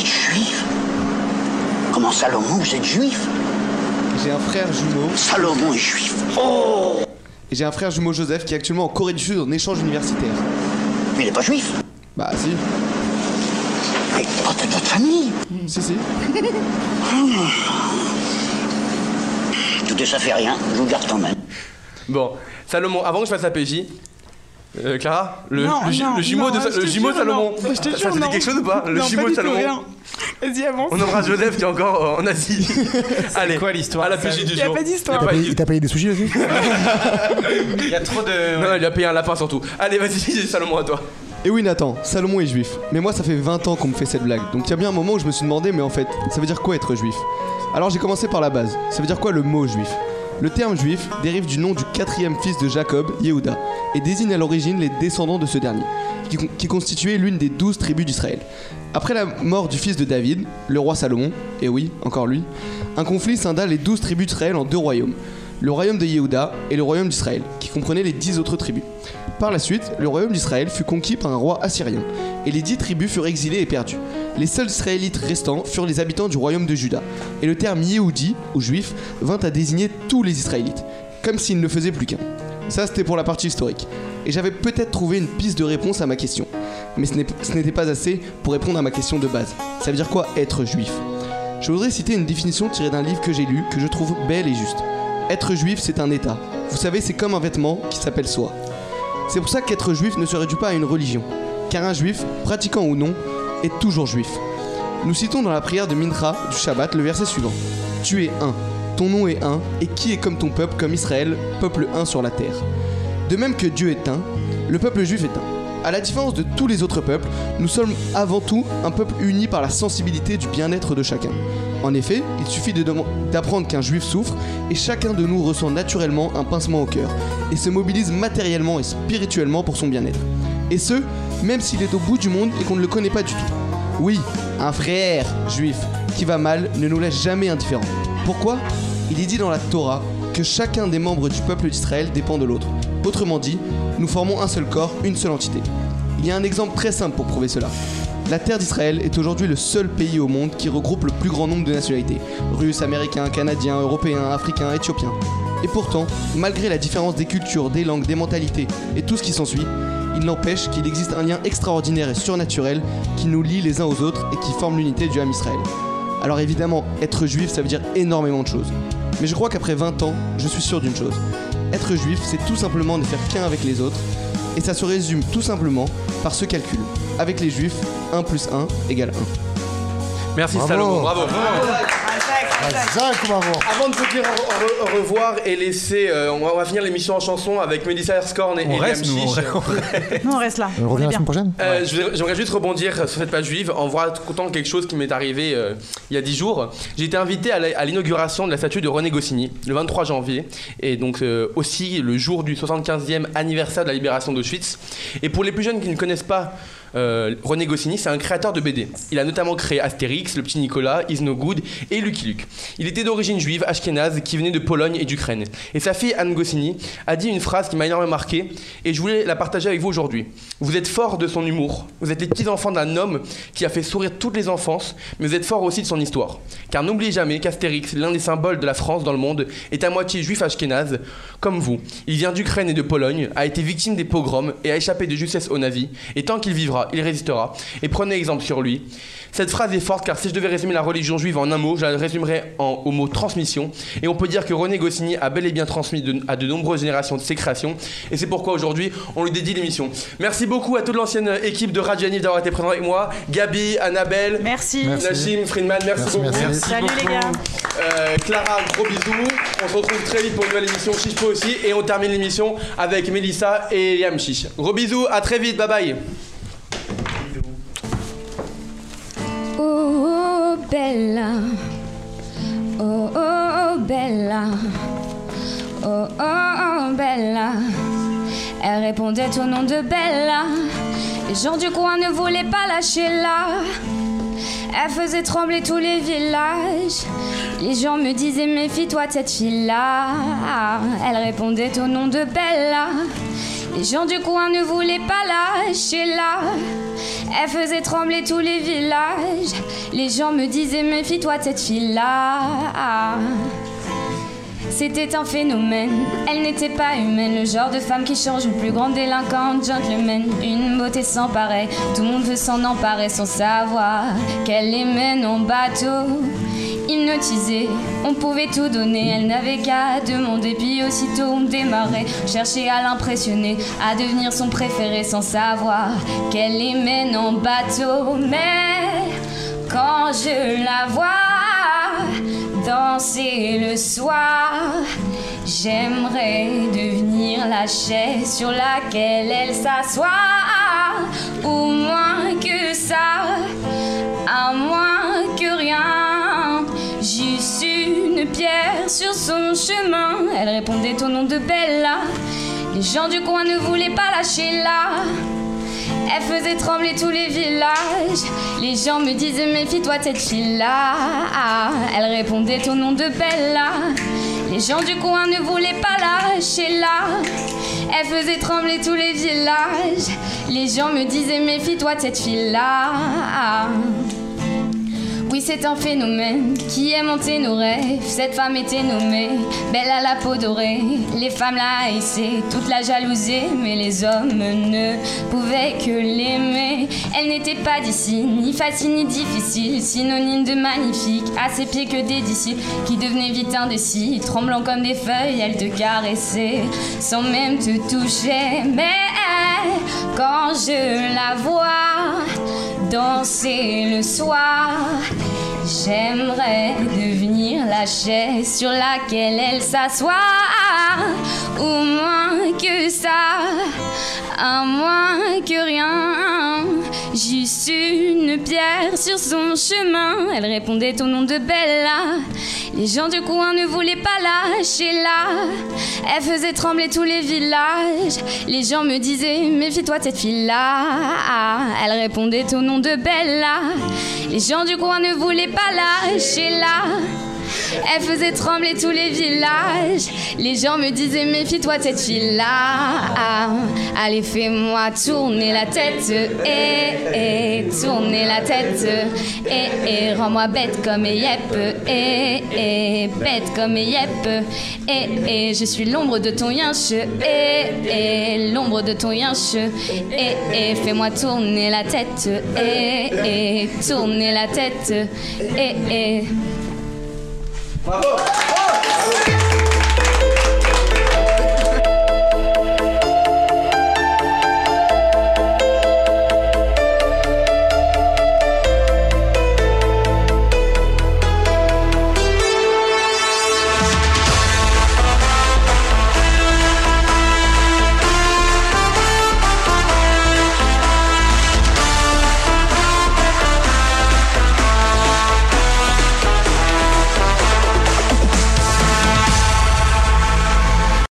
êtes juif Comment Salomon, vous êtes juif J'ai un frère jumeau. Salomon est juif. Et j'ai un frère jumeau Joseph qui est actuellement en Corée du Sud en échange universitaire. Mais il est pas juif Bah si. Mais t'es pas de notre famille Hmm, Si si. Tout de ça fait rien, je vous garde quand même. Bon, Salomon, avant que je fasse la PJ, euh, Clara, le, Non, le ju- non, le jumeau non, de, Sa- je te le jumeau jure, Salomon, non. Je te ça, jure, ça te non. dit quelque chose ou pas Le Non, jumeau pas du tout, Salomon rien. Vas-y, avance. On embrasse Joseph qui est encore euh, en Asie. Allez, quoi l'histoire À la PJ du Il y a jour. pas d'histoire. Il t'a Il payé- Il t'a payé des sushis aussi Il y a trop Euh, de. Non, il a payé un lapin surtout. Allez, vas-y, Salomon, à toi. Et oui Nathan, Salomon est juif. Mais moi ça fait 20 ans qu'on me fait cette blague. Donc il y a bien un moment où je me suis demandé mais en fait ça veut dire quoi être juif Alors j'ai commencé par la base. Ça veut dire quoi le mot juif Le terme juif dérive du nom du quatrième fils de Jacob, Yehuda, et désigne à l'origine les descendants de ce dernier, qui, con- qui constituait l'une des douze tribus d'Israël. Après la mort du fils de David, le roi Salomon, et oui, encore lui, un conflit scinda les douze tribus d'Israël en deux royaumes le royaume de Yehuda et le royaume d'Israël, qui comprenaient les dix autres tribus. Par la suite, le royaume d'Israël fut conquis par un roi assyrien, et les dix tribus furent exilées et perdues. Les seuls Israélites restants furent les habitants du royaume de Juda, et le terme Yehudi, ou juif, vint à désigner tous les Israélites, comme s'il ne faisait plus qu'un. Ça, c'était pour la partie historique. Et j'avais peut-être trouvé une piste de réponse à ma question. Mais ce n'est- ce n'était pas assez pour répondre à ma question de base. Ça veut dire quoi être juif je voudrais citer une définition tirée d'un livre que j'ai lu, que je trouve belle et juste. Être juif, c'est un état. Vous savez, c'est comme un vêtement qui s'appelle soi. C'est pour ça qu'être juif ne se réduit pas à une religion, car un juif, pratiquant ou non, est toujours juif. Nous citons dans la prière de Mincha du Shabbat le verset suivant Tu es un, ton nom est un, et qui est comme ton peuple, comme Israël, peuple un sur la terre. De même que Dieu est un, le peuple juif est un. À la différence de tous les autres peuples, nous sommes avant tout un peuple uni par la sensibilité du bien-être de chacun. En effet, il suffit de deman- d'apprendre qu'un juif souffre et chacun de nous ressent naturellement un pincement au cœur et se mobilise matériellement et spirituellement pour son bien-être. Et ce, même s'il est au bout du monde et qu'on ne le connaît pas du tout. Oui, un frère juif qui va mal ne nous laisse jamais indifférents. Pourquoi Il est dit dans la Torah que chacun des membres du peuple d'Israël dépend de l'autre. Autrement dit, nous formons un seul corps, une seule entité. Il y a un exemple très simple pour prouver cela. La terre d'Israël est aujourd'hui le seul pays au monde qui regroupe le plus grand nombre de nationalités russes, américains, canadiens, européens, africains, éthiopiens. Et pourtant, malgré la différence des cultures, des langues, des mentalités et tout ce qui s'ensuit, il n'empêche qu'il existe un lien extraordinaire et surnaturel qui nous lie les uns aux autres et qui forme l'unité du âme Israël. Alors évidemment, être juif, ça veut dire énormément de choses. Mais je crois qu'après 20 ans, je suis sûr d'une chose. Être juif, c'est tout simplement ne faire qu'un avec les autres. Et ça se résume tout simplement par ce calcul. Avec les juifs, 1 plus 1 égale 1. Merci Salomon, bravo. Ah, Avant de se dire au, re- au revoir et laisser, euh, on, va, on va finir l'émission en chanson avec Melissa Erskorn et On Eliam reste, nous, on Chiche. reste. Non, on reste là. On revient la semaine prochaine Euh, je voudrais- J'aimerais juste rebondir sur cette page juive en vous racontant quelque chose qui m'est arrivé euh, il y a 10 jours. J'ai été invité à la- à l'inauguration de la statue de René Goscinny le 23 janvier et donc euh, aussi le jour du 75e anniversaire de la libération d'Auschwitz. Et pour les plus jeunes qui ne connaissent pas euh, René Goscinny, c'est un créateur de BD. Il a notamment créé Astérix, Le Petit Nicolas, Is No Good et Lucky Luke. Il était d'origine juive, ashkénaze, qui venait de Pologne et d'Ukraine. Et sa fille Anne Goscinny a dit une phrase qui m'a énormément marqué et je voulais la partager avec vous aujourd'hui. Vous êtes fort de son humour. Vous êtes les petits-enfants d'un homme qui a fait sourire toutes les enfances, mais vous êtes fort aussi de son histoire. Car n'oubliez jamais qu'Astérix, l'un des symboles de la France dans le monde, est à moitié juif ashkénaze, comme vous. Il vient d'Ukraine et de Pologne, a été victime des pogroms et a échappé de justesse aux nazis. Et tant qu'il vivra, il résistera. Et prenez exemple sur lui. Cette phrase est forte car si je devais résumer la religion juive en un mot, je la résumerais en, au mot transmission. Et on peut dire que René Goscinny a bel et bien transmis de- à de nombreuses générations de ses créations. Et c'est pourquoi aujourd'hui, on lui dédie l'émission. Merci beaucoup à toute l'ancienne équipe de Radio Anif d'avoir été présente avec moi. Gabi, Annabelle, merci. Nashim, Friedman, merci, Merci, beaucoup. merci. Salut les beaucoup. gars. Euh, Clara, gros bisous. On se retrouve très vite pour une nouvelle émission Chiche Pot aussi. Et on termine l'émission avec Mélissa et Liam Chiche. Gros bisous, à très vite, bye bye. Oh, oh Bella, oh, oh Bella, oh, oh, oh Bella. Elle répondait au nom de Bella. Les gens du coin ne voulaient pas lâcher là. Elle faisait trembler tous les villages. Les gens me disaient méfie-toi de cette fille-là. Elle répondait au nom de Bella. Les gens du coin ne voulaient pas lâcher là. Elle faisait trembler tous les villages. Les gens me disaient méfie-toi de cette fille-là. C'était un phénomène, elle n'était pas humaine, le genre de femme qui change le plus grand délinquant, gentleman, une beauté sans pareil, tout le monde veut s'en emparer sans savoir qu'elle les mène en bateau. Hypnotisée, on pouvait tout donner, elle n'avait qu'à demander, puis aussitôt on démarrait, chercher à l'impressionner, à devenir son préféré sans savoir qu'elle les mène en bateau. Mais quand je la vois danser le soir, j'aimerais devenir la chaise sur laquelle elle s'assoit. Au moins que ça, à moins que rien, juste une pierre sur son chemin. Elle répondait au nom de Bella. Les gens du coin ne voulaient pas lâcher là. Elle faisait trembler tous les villages. Les gens me disaient méfie-toi de cette fille-là. Elle répondait au nom de Bella. Les gens du coin ne voulaient pas lâcher là. Elle faisait trembler tous les villages. Les gens me disaient méfie-toi de cette fille-là. Oui, c'est un phénomène qui aime hanter nos rêves. Cette femme était nommée Belle à la peau dorée. Les femmes la haïssaient, toute la jalousie, mais les hommes ne pouvaient que l'aimer. Elle n'était pas d'ici, ni facile ni difficile, synonyme de magnifique, à ses pieds que des disciples qui devenaient vite indécis. Tremblant comme des feuilles, elle te caressait sans même te toucher. Mais quand je la vois, danser le soir. J'aimerais devenir la chaise sur laquelle elle s'assoit. Au moins que ça, à moins que rien. Juste une pierre sur son chemin. Elle répondait au nom de Bella. Les gens du coin ne voulaient pas lâcher là. Elle faisait trembler tous les villages. Les gens me disaient méfie-toi de cette fille-là. Ah, Elle répondait au nom de Bella. Les gens du coin ne voulaient pas lâcher là. Elle faisait trembler tous les villages. Les gens me disaient méfie-toi de cette fille-là. Allez, fais-moi tourner la tête. Et, tourner la tête. Et, rends-moi bête comme Yep. Et, bête comme Yep. Et, je suis l'ombre de ton yinche. Et, l'ombre de ton yinche. Et, fais-moi tourner la tête. eh, Et, eh, tourner la tête. Et, Bravo